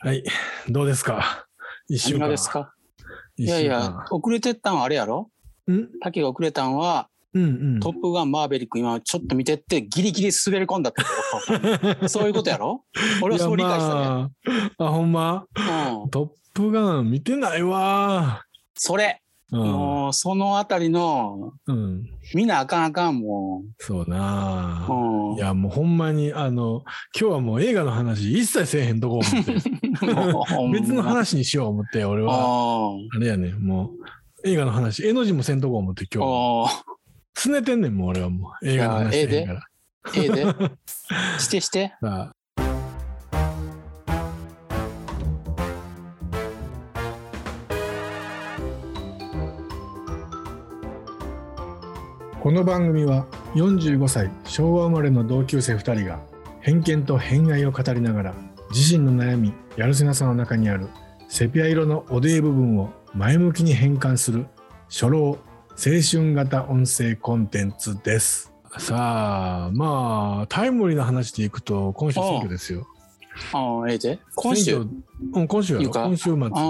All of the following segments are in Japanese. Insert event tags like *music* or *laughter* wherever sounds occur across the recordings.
はい。どうですか一週何が間。ですか一い週間やいや、遅れてったんはあれやろうん滝が遅れたんは、うんうん。トップガンマーベリック今ちょっと見てってギリギリ滑り込んだってことそういうことやろ俺はそう理解したね。ね。まあ、あほんまうん。トップガン見てないわそれ、ー。うん。もうそのあたりの、うん、みんなあかんあかんもそうなう。ーうんい。や、もうほんまに、あの、今日はもう映画の話一切せえへんとこ思って、 *laughs* 別の話にしよう思って、俺は、ああれやね、もう、映画の話、絵の字もせんとこ思って、今日。あ。すねてんねん、もう俺はもう、映画の話せえへんから。ええで。してして。さあこの番組は45歳昭和生まれの同級生2人が偏見と偏愛を語りながら自身の悩みやるせなさの中にあるセピア色のおでい部分を前向きに変換する初老青春型音声コンテンツです。さあまあタイムリーな話でいくと今週選挙ですよ。ああ、ええで。今週。選挙うん今週やろいうか今週末。うん、ああ。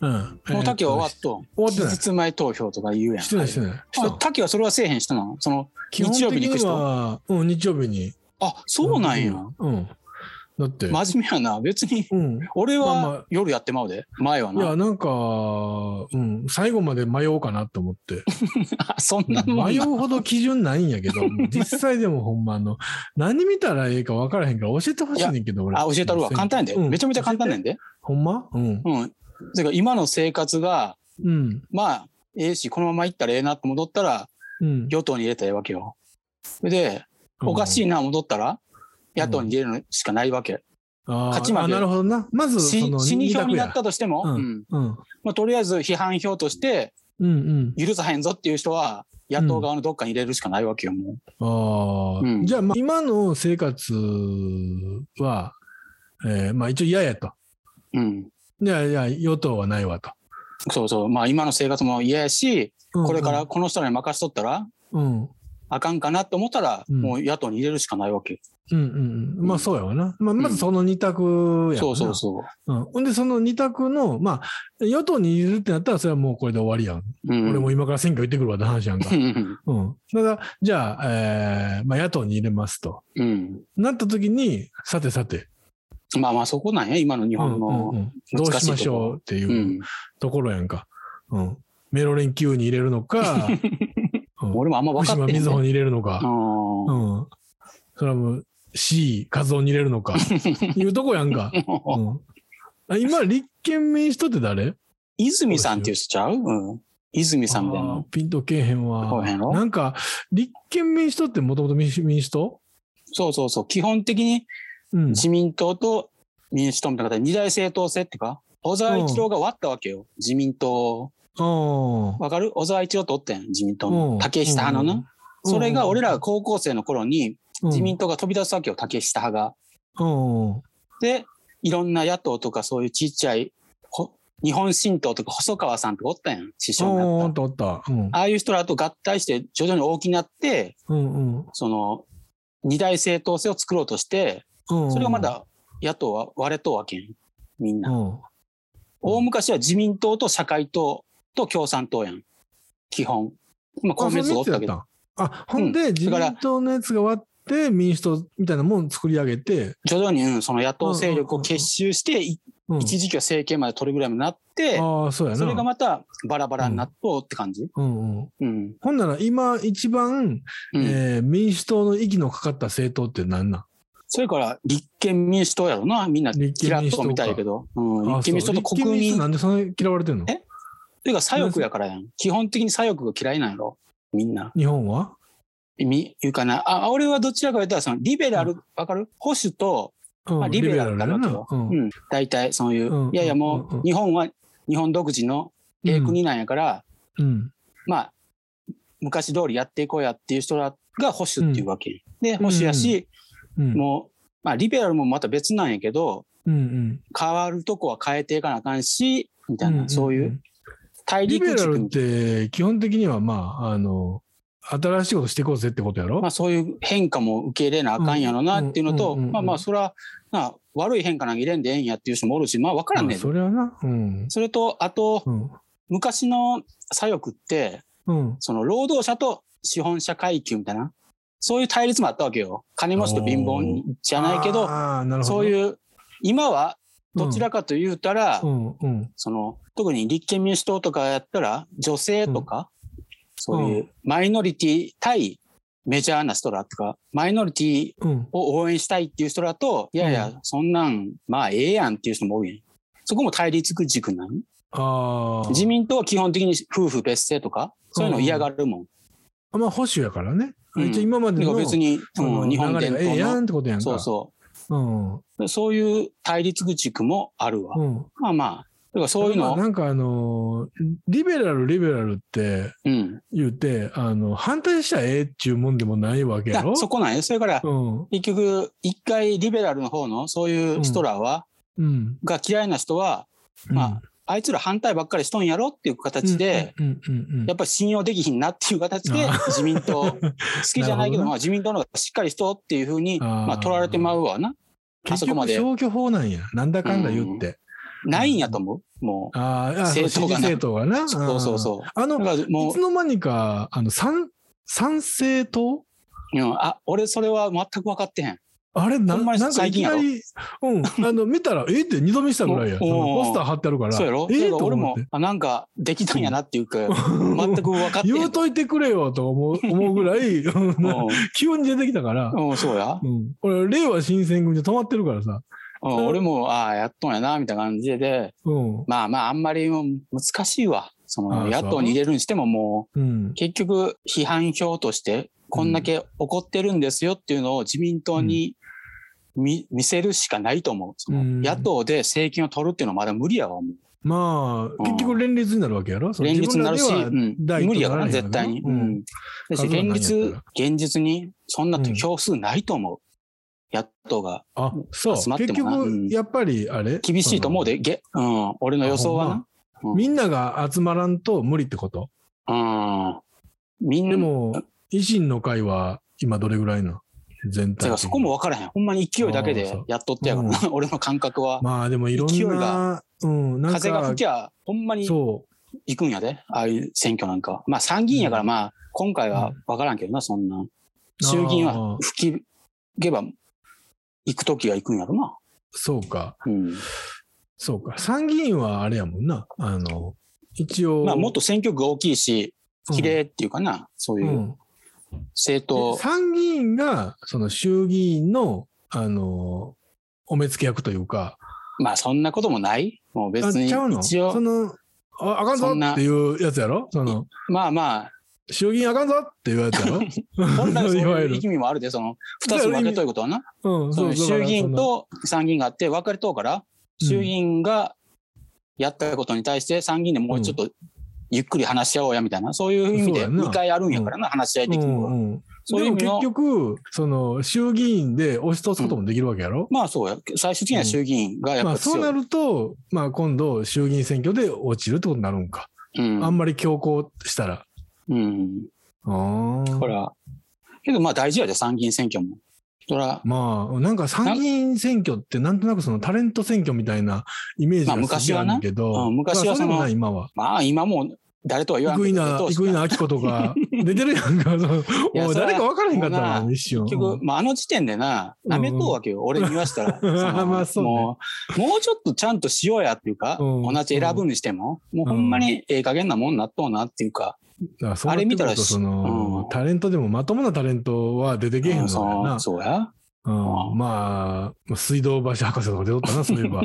ももう滝は終わっとん。終わって期ない日前投票とか言うやん。してないしてない。あ滝はそれはせえへんしたな。その、基本的には、うん、日曜日に。あ、そうなんや。うん。だって、真面目やな。別に、うん。俺まあまはあ夜やってまうで。前はいや、な。なんか、うん、最後まで迷おうかなと思って。 *laughs* *laughs* そんなもん迷な。うほど基準ないんやけ *laughs* ど、もう実際でもほんま、あの、何見たらええか分からへんから教えてほしいねんけど、俺。あ、教えたるわ。簡単やで。うんめちゃめちゃ簡単なんで。ほんまうん。うん。てか、今の生活が、うん。まあ、ええし、このまま行ったらええなって戻ったら、うん。与党に入れたらええわけよ。それで、おかしい。いな、戻ったら、野党に入れるのしかないわけ。勝勝ち負けなるほどな。まず、しその、死に票になっ二択や。たとしても、うんうんうん。まあ、とりあえず批判票として、うんうん。許さへんぞっていう人は、野党側のどっかに入れるしかないわけよ、もう。ああ、うんじゃあ、まあ、今の生活は、えーまあ一応嫌やと。うん。いやいや、与党はないわと。そうそう。まあ、今の生活も嫌やし、うんこれから、この人らに任しとったら、うん、うんあかんかなと思ったら、うんもう野党に入れるしかないわけ。うんうん。まあそうやわな。まあ、まずその二択やわな、。そうそうそうん。ほんで、その二択の、まあ、与党にいるってなったら、それはもうこれで終わりやん。う。うん、俺も今から選挙行ってくるわって話やんかう。ん。うん。ただから、じゃあ、えーまあ野党に入れますと。 *laughs* うん。なった時に、さてさて、まあまあ、そこなんや、今の日本うんうんうの。んどうしましょうっていう。うん。ところやんか。うん。メロレン Q に入れるの *laughs* か、うん俺もあんま分福かっ島てへんねみずほに入れるのうか、んう。ん。それはもう C、カズオに入れるの *laughs* か、いうとこやんか。うん、あ今、立憲民主党って誰泉さんっていう人ちゃううん。泉さんみたいあーな。ピンとけえへんこうへんやわ。ろなんか、立憲民主党ってもともと民主民主党そうそうそう。基本的にうん。自民党と民主党みたいな形で二大政党制っていうか、小沢一郎が割ったわけよ。自民党。あわかる小沢一郎っておってん、自民党うんの。竹下派のうな。それが俺らが高校生の頃にあ。自民党が飛び出すわけよ、竹下派が。党。うんで、いろんな野党とかそういうちっちゃい、ほ日本新党とか細川さんとかおったやん、師匠におーなんった。とおった。うん。ああいう人らと合体して徐々に大きなって、うんうん。その二大政党制を作ろうとして、そそれがま、だ野党は割れとうわけん、みんうな。ん。大昔は自民党と社会党と共産党やん、基本。まあ、公明党がおったけど、あ。そのやつやったんあ、ほんで、自だから民党のやつが終わって、民主党みたいなもん作り上げて、徐々に、うんその野党勢力を結集して、いうん、一時期は政権まで取るぐらいになって、ああ、そうやな。それがまたバラバラになっとうって感じ。うんうん、うん。ほんなら、今、一番、うんえー民主党の息のかかった政党って何なんそれから立憲民主党やろな、みんな立キ憲ラ民ッ主党とか見たいけど、うん、立憲民主党とあそう立国憲民主党民なんでそんな嫌われてんのえというか左翼やからやん。基本的に左翼が嫌いなんやろ、みんな。日本はみ言うかな。あ、俺はどちらかというと、そのリベラル、わかる保守と、うんまあ、リベラルだなと。ううんん。大体そういううん。いやいやもうんう、日本は日本独自の英国なんやから、うん。まあ、昔通りやっていこうやっていう人らが保守っていうわけ。で、保守やし、うん。もう、まあ、リベラルもまた別なんやけど、うんうん。変わるとこは変えていかなあかんし、みたいんな、んそういう。対リ立ベラルっ軸。て、基本的には、まあ、あの、新しいことしていこうぜってことやろまあ、そういう変化も受け入れなあかんやろなっていうのと、うんうんうんうんまあまあ、それは、なあ悪い変化なんか入れんでええんやっていう人もおるし、まあ分からんまねあん。それはな。うん。それと、あと、うん。昔の左翼って、うん。その労働者と資本者階級みたいな、そういう対立もあったわけよ。金持ちと貧乏じゃないけど、あーなるほどそうう、いう、今はどちらかというたら、うん、うん。その、特に立憲民主党とかやったら、女性とか、そういううマイノリティ対メジャーな人らとか、マイノリティうん。を応援したいっていう人だと、いやいや、うそんなん、まあええやんっていう人も多いやんそこも対立軸なのああ。自民党は基本的に夫婦別姓とか、そういうの嫌がるもん。あまあ、保守やからね。うんじゃあ今までだかのら別に、そのうん日本流れ伝がええや統んってことやんの。か。。そうそううん。う。そういう対立軸もあるわ。うん。まあまあ、だからそういうまのあ、なんかあのー、リベラル、リベラルってうん。言って、あの、反対したらええっちゅうもんでもないわけやだろ。そこなんよ。それから、うん。結局、一回リベラルの方の、そういう人らは、うん。が嫌いな人は、まあいつら反対ばっかりしとんやろっていう形で、うん、うん、うんうん。やっぱり信用できひんなっていう形であ自民党好きじゃななるほどいけどねまあ自民党の方がしっかりしとっていうふうにあーまあ取られてまうわなあ結そこ局まで消去法なんや。なんだかんだ言って。ないんやと思うもうあーあ、政党がな政党がな。そうそううん。そあうの、だからいもつの間にか、あの、賛、賛成党う、うん、あ俺それは全く分かってへんあれ、なほんまなにんかい最き近やなろり、うん、 *laughs* あの、見たら、えって二度見したぐらいや。あのおおポスター貼ってあるから。そうやろ、えだえからと俺思っもて。あなんかできたんやなっていうか *laughs* 全く分かってへん言うといてくれよと思 *laughs* う思うぐらい、うんう *laughs* 急に出てきたから、ん、うん、そうや、うん、俺、令和新選組で止まってるからさ、うん俺もああやっとんやなみたいな感じでうん、まあまああんまりもう難しいわそあのーそう野党に入れるにしてももううん、結局批判票としてこんだけ怒ってるんですよっていうのを自民党に見,、見せるしかないと思う。そのうん野党で政権を取るっていうのはまだ無理やわ。もまあ、ん結局連立になるわけやろ、そうん連立になるし、自う分らん、第一党無理やからにならへん絶対に。ううんん。だし数がないんやった連ら立、現実にそんな票数ないと思う。野党がではあそう集まって結もなうん局、やっぱりあれ、厳しいと思うで、げうん、俺の予想はな。その、うんみんなが集まらんと無理ってこと、うん。みんでなも、も、維新の会は今、どれぐらいなの全だ体的からにそこも分からへん。ほんまに勢いだあけあでそうやっとってやからな、 *laughs* 俺の感覚は。まあでもいろ勢いんなが、うん、なん風がか吹、きゃ、ほんまにそ行くんやで、ああいう選挙なんか。まあ参議院やから、うんまあ今回は分からんけどな、そんな。衆議院あはー吹きけば、行くときは行くんやろな。う、そうか、うん。そうか、参議院はあれやもんな、あの、一応、まあもっと選挙区が大きいうし、ん比例っていうかな、そういううんで政党。参議院がその衆議院の、あのお目付け役というか、まあそんなこともないもうあ別にちゃうの一そ応、のああかんぞそんなっていうやつやろそのまあ *laughs* ま衆議院あかんぞっていうやつや *laughs* ろあ、本来そういわいゆうる意味もあるで、その、二つに分けということはな。うん、そのだから衆議院と参議院があって分かれとうから、うん衆議院がやったことに対して参議院でもうちょっとゆっくり話し合おうやみたいな、そういう意味そうでやんな2回あるんやからな、話し合いそ的にのうは。んうん、そういう意味でもの結、局その衆議院で押し通すこともできるわけやろ、まあそうや、最終的には衆議院がやっまぱあ、そ強うい。なると、まあ、今度衆議院選挙で落ちるってことになるんか、うんあんまり強行したら。うん。あーほら、けどまあ大事やで、参議院選挙も。そら、まあ、なんか参議院選挙ってなんとなくそのタレント選挙みたいなイメージまあがす昔げえあはるんなだけど、うん昔はまあそうでもそなのい、今は。まあ今もう誰とは言わん生けど稲、どうし生稲晃子とか出てるやんか、そのいやもうそれ誰はか分からへんかったわ、もうな一瞬。結局、まあ、あの時点でな、うん舐めとうわけよ、俺に言 *laughs* わしたら。のまあそうねもう、もうちょっとちゃんとしようやっていうか、うん同じ選ぶにしても、もうほんまにええ加減なもんなっとうなっていうか、だからそうなってあれ見たらくるとその、うんタレントでもまともなタレントは出てけへんのうんだよそなう。そうや。うんうんまあ、水道橋博士とか出とったな、そういえ *laughs* ば。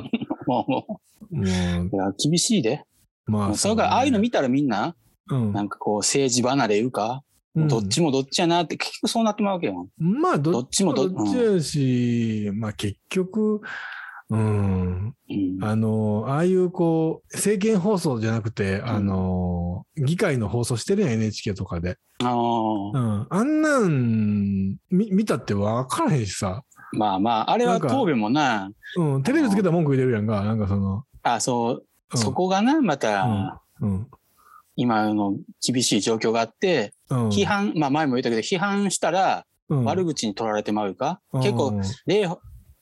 もうもうんう、いや厳しいで。まあ、それから、ああいうの見たらみんな、うんなんかこう、政治離れいうか、うんどっちもどっちやなって、結局そうなってまうわけよ。まあどどっっちちももどどっちやし、まあ結局、うん、うん。あの、ああいうこう、政見放送じゃなくて、あの、議会の放送してるやん、NHK とかで。あのうーん。あんなん、み見たってわからへんしさ。まあまあ、あれなんはか答弁もな、うん。テレビつけたら文句言ってるやんか、なんかその、あ、そう、うん、そこがな、また、うん、今の厳しい状況があって、うん。批判、まあ前も言ったけど、批判したらうん、悪口に取られてまうか、うん結構、例、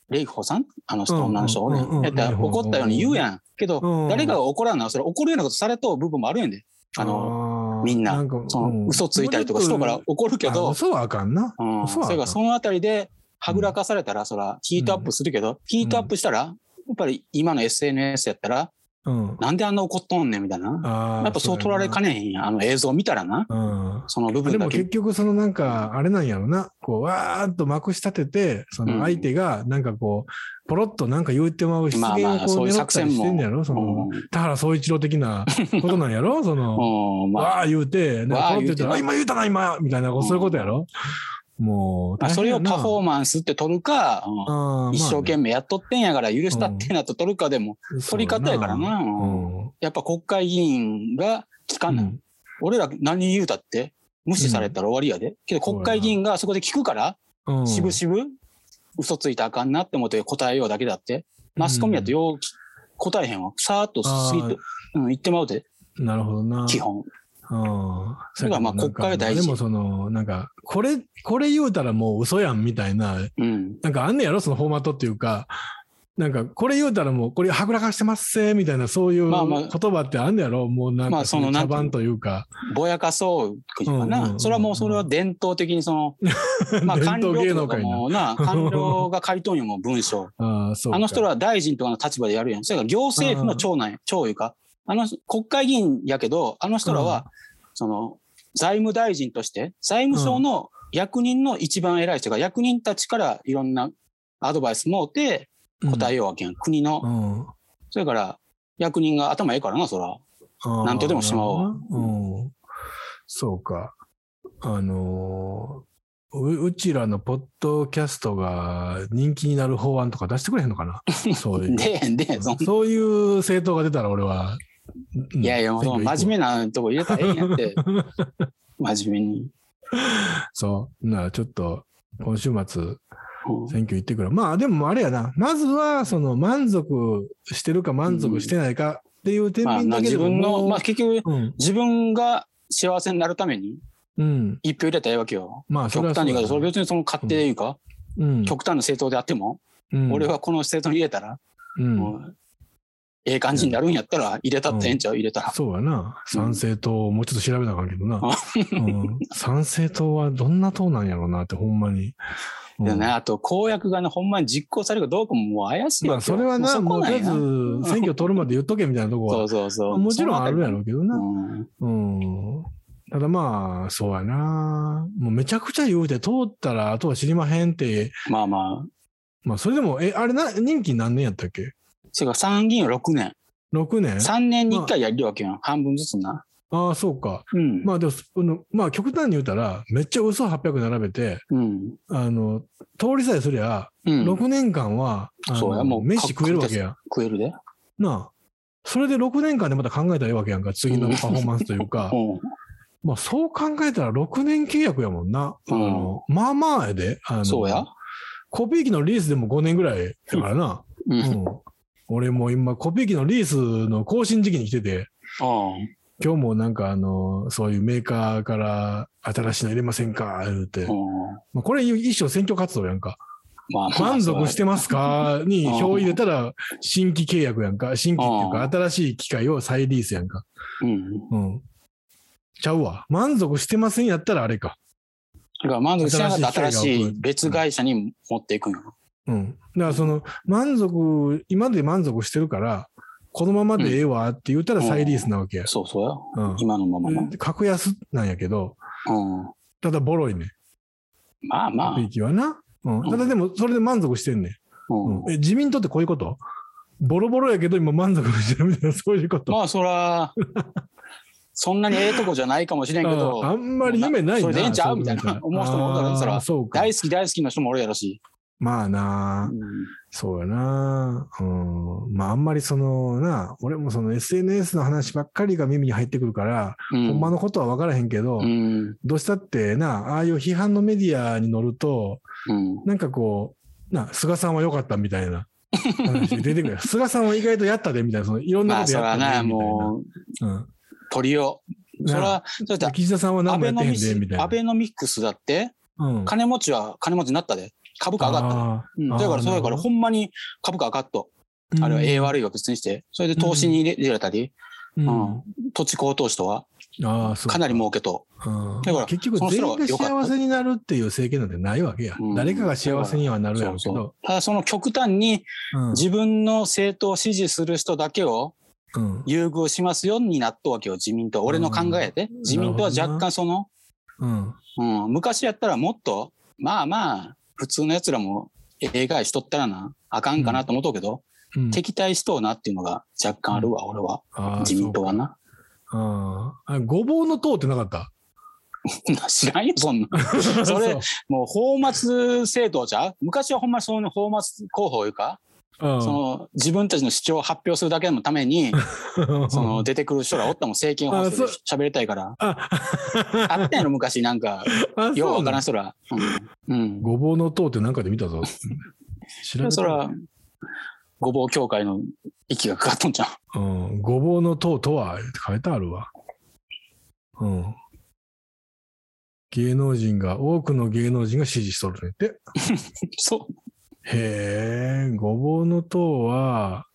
レイホさんあの人、女の人をねうんうんうん。やったら怒ったように言うやん。けうどん、誰が怒らんのはそれ怒るようなことされとう部分もあるやんで。あの、のみんなその嘘ついたりとか人から怒るけど、嘘はあかんな。うん、そうそなんだれがそのあたりではぐらかされたら、そらヒートアップするけど、ヒートアップしたら、やっぱり今の SNS やったら、うん。なんであんな怒っとんねんみたいな。あーやっぱそう取られかねへんやん。あの映像見たらな。そうやなその部うん。分でだもけ結。局そのなんかあれなんやろなこうわーっとまくし立ててそうのん相手がなんかこうポロッとなんか言うてまう失言をこう狙ったりしてんねやろそのうん田原総一郎的なことなんやろその *laughs* うん、まあ、わー言うてなんかわポーロッと言言うっててあ今言うたな今みたいなこうそういうことやろもうまあ、それをパフォーママンスって取るか、うん一生懸命やっとってんやから許したってなと取るかでも、命取り方やからなうんやっぱ国会議員が聞かない。うん俺ら何言うたって無視されたら終わりやで。けど国会議員がそこで聞くから、うんしぶしぶ嘘ついたらあかんなって思って答えようだけだって。マスコミやとようき答えへんわ。さーっと過ぎて、うん、言ってまうで、なるほどな基本。うんそれがまあ国会は大事でもその、なんか、これ、これ言うたらもう嘘やんみたいな、うん。なんかあんねやろ、そのフォーマットっていうか、なんか、これ言うたらもう、これはぐらかしてますせ、みたいな、そういうまあまあ言葉ってあんねやろ、もうなんまか、あそそのの茶番というか、ぼやかそうくじうかんうんうんうな。んそれはもう、それは伝統的にその、 *laughs* まあ官 *laughs* 伝統芸僚能とか界の。も *laughs* な、官僚が書いとんよ、もう文章。ああ、そうかあの人らは大臣とかの立場でやるやん。それから行政府の長男や、長いうか。あの、国会議員やけど、あの人らは、その、財務大臣として、財務省の役人の一番偉い人が、役人たちからいろんなアドバイスもうて答ええようわけやん。国の、うん。うんそれから、役人が頭ええからな、そら。ああなんとでもしまうわなるほどなうん。そうか。あのーう、うちらのポッドキャストが人気になる法案とか出してくれへんのか *laughs* なそういう。で、で、そんそういう政党が出たら俺は。いやいや、もうその真面目なとこ入れたらええんや *laughs* って。真面目に。目。そう。ならちょっと、今週末、うん選挙行ってくる。まあでもあれやな。まずは、その満足してるか満足してないかっていう天まあ、秤なだけ自でも分の、もうまあ結局、うん。自分が幸せになるために、うん。一票入れたらええわけよ。まあ、それ極は端に言うから、そそうれだ別にその勝手でいうか、うん極端な政党であっても、うん俺はこの政党に入れたら、うんもうええ感じになるんやったら、入れたってええんちゃう、入れたら。そうやな。賛成党、もうちょっと調べなあかんけど *laughs* な。うん賛成党はどんな党なんやろうなって、ほんまに。うんでね、あと公約がね、ほんまに実行されるかどうかももう怪しいまわあ、けそよれはな、もうもうとそりあえこなんやなず、選挙取るまで言っとけみたいなとこそはう、そうそう。もちろんあるやろうけどな。うんうん。ただまあ、そうやな。もうめちゃくちゃ言うて、通ったら、あとは知りまへんって、まあまあ、まあ、それでも、え、あれな、任期何年やったっけそれから参議院は6年、 ?6 年3年に1回やるわけよ、半分ずつな。ああ、そうか。うん。まあ、でも、そのまあ、極端に言うたら、めっちゃ嘘800並べて、うん。あの、通りさえすりゃ、うん。 6年間は、あのそうやもう飯食えるわけや。食えるで。なあ。それで6年間でまた考えたらいいわけやんか、次のうんパフォーマンスという *laughs* かう。ん。まあそう考えたら6年契約やもんな。あのまあまあやで。あのそうや。コピー機のリースでも5年ぐらいやからな。うう。んん。俺もう今コピー機のリースの更新時期に来てて、う今日もなんかあの、そういうメーカーから新しいの入れませんか言うて。ん。まあこれ一生選挙活動やんか。ま *laughs* あ、 *laughs* 満足してますかにうん票入れたら、新規契約やんか。新規っていうか、う新しい機械を再リースやんか。うん。うん。ちゃうわ。満足してませんやったらあれか。だから満足しなかったら新新しい機械しがい別会社に持っていくんよ。うん。だからその、満足、今まで満足してるから、このままでええわって言ったらうん再リースなわけや。そうそううや。ん。今のままの。で格安なんやけど、うん。ただボロいね。まあまあコピ。ー機はな。うん。ただでも、それで満足してんねん。うんうん。え、自民党ってこういうことボロボロやけど今満足してるみたいな、そういうこと。まあそら、 *laughs* そんなにええとこじゃないかもしれんけあ *laughs* あど、んまり夢ないな。それでええんちゃうそ考えらみたいな思う人もおるからねそらあーそうか大。好き大好きな人もおるやろし。まあうな、んそうやな。うん。まああんまりそのな、俺もその SNS の話ばっかりが耳に入ってくるから、うんほんまのことは分からへんけど、うん。どうしたってな、ああいう批判のメディアに乗ると、うん。なんかこう、な、菅さんは良かったみたいな。話出て *laughs* くる菅さんは意外とやったでみたいな、そのいろんなまこあとそやらったな、でみたいな。もううん鳥を。そら、そしたでら岸田さんはア何もベやっノてへんミでみスたいな。アベノミクスだって、うん金持ちは金持ちになったで。株価上がった。うん、あーだから、それだなるかほら、どほんまに株価上がっと。たあれは、ええ悪いは別にして、それで投資に入れ入れたり、うんうん土地高投資とは、ああ、そうかなり儲けと。うんだから結局その人全ら員がが良かっ幸たせになるっていう政権なんてないわけや、うん誰かが幸せにはなるやろうけそうそうどただ、その極端にうん自分の政党を支持する人だけをうん優遇しますようになったわけよ、自民党。俺の考えで。自民党は若干その、うんうん、昔やったらもっと、まあまあ、普通の奴らも映画しとったらな、あかんかなと思っとうけど、うん敵対しとうなっていうのが若干あるわ、俺は。ああ自民党はな。そうかあーあごぼうの党ってなかった知らんよ、そんなん。 *laughs* それうもう、泡沫政党じゃう昔はほんまにその泡沫候補いうか、うんその自分たちの主張を発表するだけのた *laughs* めに、その出てくる人らおったもん、政権をあそ喋りたいから。 *laughs* ああったやろ、昔なんか、あようわからんそ人ら。うん。うなごぼうの党ってなんかで見 *laughs* たぞ知らうん、なそれは、ごぼう協会の息がかかっとんじゃん。 *laughs* うん、ごぼうの塔とは書いてあるわ。うん。芸能人が、多くの芸能人が支持しとるねって。そう。へえ、ごぼうの塔は、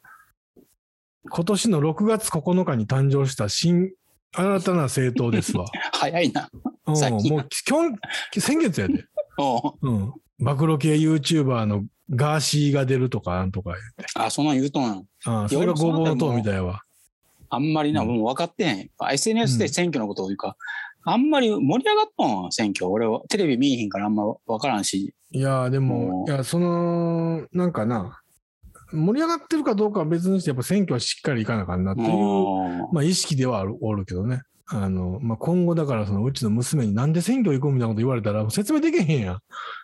今年の6月9日に誕生した新、新たな政党です *laughs* わ。早いな。うん、さっきもう、きょん、先月やで。おううん。暴露系 YouTuber のガーシーが出るとか、なんとか言って。あ、そんなん言うとん。ああ、それがごぼうの塔みたいわ。あんまりな、うんもう分かってへん。SNS で選挙のことを言うか、あんまり盛り上がっとん、選挙。俺はテレビ見えへんからあんま分からんし。いやーでも、ういや、その、なんかな、盛り上がってるかどうかは別にして、やっぱ選挙はしっかりいかなあかんなっていう、もうまあ意識ではあるおるけどね。あの、まあ今後だから、そのうちの娘になんで選挙行こうみたいなこと言われたら、説明できへんやん。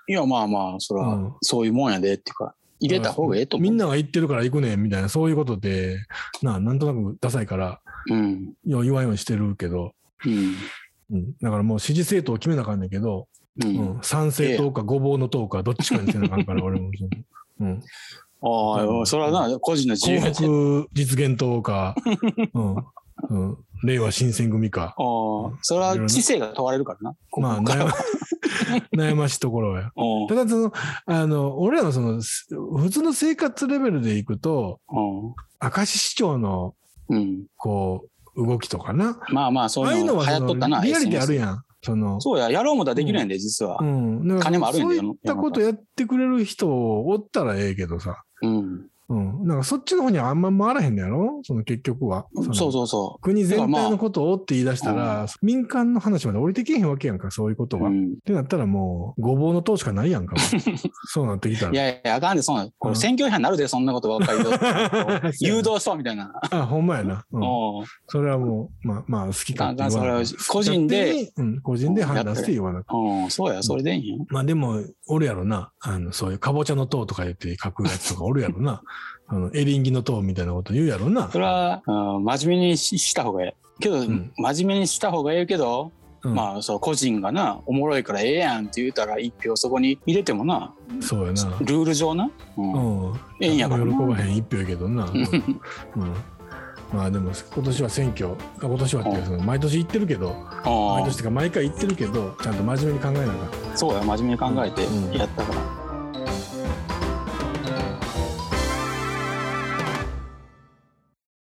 いや、まあまあ、そら、うんそういうもんやで、っていうか、入れた方がええと思みう。んなが行ってるから行くねんみたいな、そういうことで、なあ、なんとなくダサいから、うん。よう言わんようにしてるけど、うん。うん、だからもう支持政党を決めなあかんねんけど、う。うんん、賛成党かごぼうの党か、どっちかにせなあかん *laughs* から、俺も。うんああ、そらな、個人の自由や幸で。福実現党 *laughs* か、うんうん、令和新選組か、ああ、そら知性が問われるからな。こまあこから悩ま *laughs* 悩ましいところや。おうただその、あの、俺らのその、す普通の生活レベルでいくと、おう明石市長の、うん。こう、動きとかな。まあまあ、そああういいううののは流行そっとったの、な。リアリティ SNS あるやん。その、そうや、やろうもたらできないんで、実はう。ん。だから金もあるんだよそういったことやってくれる人おったらええけどさ。うん。うん。なんかそっちの方にはあんま回らへんのやろその結局は。のそうそうそ国全体のことをって言い出したら、だからまあ民間の話まで降りてけへんわけやんか、そういうことう。は。うっんてなったらもう、ごぼうの党しかない *laughs* やんか、もうそうなってきたいら。やいや、あかんで、そんな、うこんれ選挙違反になるで、そんなことばっかり言う *laughs* と誘導しそうみたいな。あ、ほんまやな。うんおうそれはもう、まあまあ、好きかあってか言ん、それわはな個人勝手で。にうん、個人で判断して言わなくおうそうや、それでいいんや。まあでも、おるやろな。あの、そういう、かぼちゃの党とか言って書くやつとかおるやろな。 *laughs* あの、エリンギの党みたいなこと言うやろな。それは、うん真面目にしした方がええ。けど、ん真面目にした方がええけど、うんまあ、そう、個人がな、おもろいからええやんって言うたら、一票そこに入れてもな、そうやな。ルール上な、うんうん。ええんやからな。喜ばへん一票やけどな。ううんん、まあでも今年は選挙あ今年はっていうかその毎年行ってるけどおう毎年っていうか毎回行ってるけどちゃんと真面目に考えなあかんそうや、真面目に考えてやったから。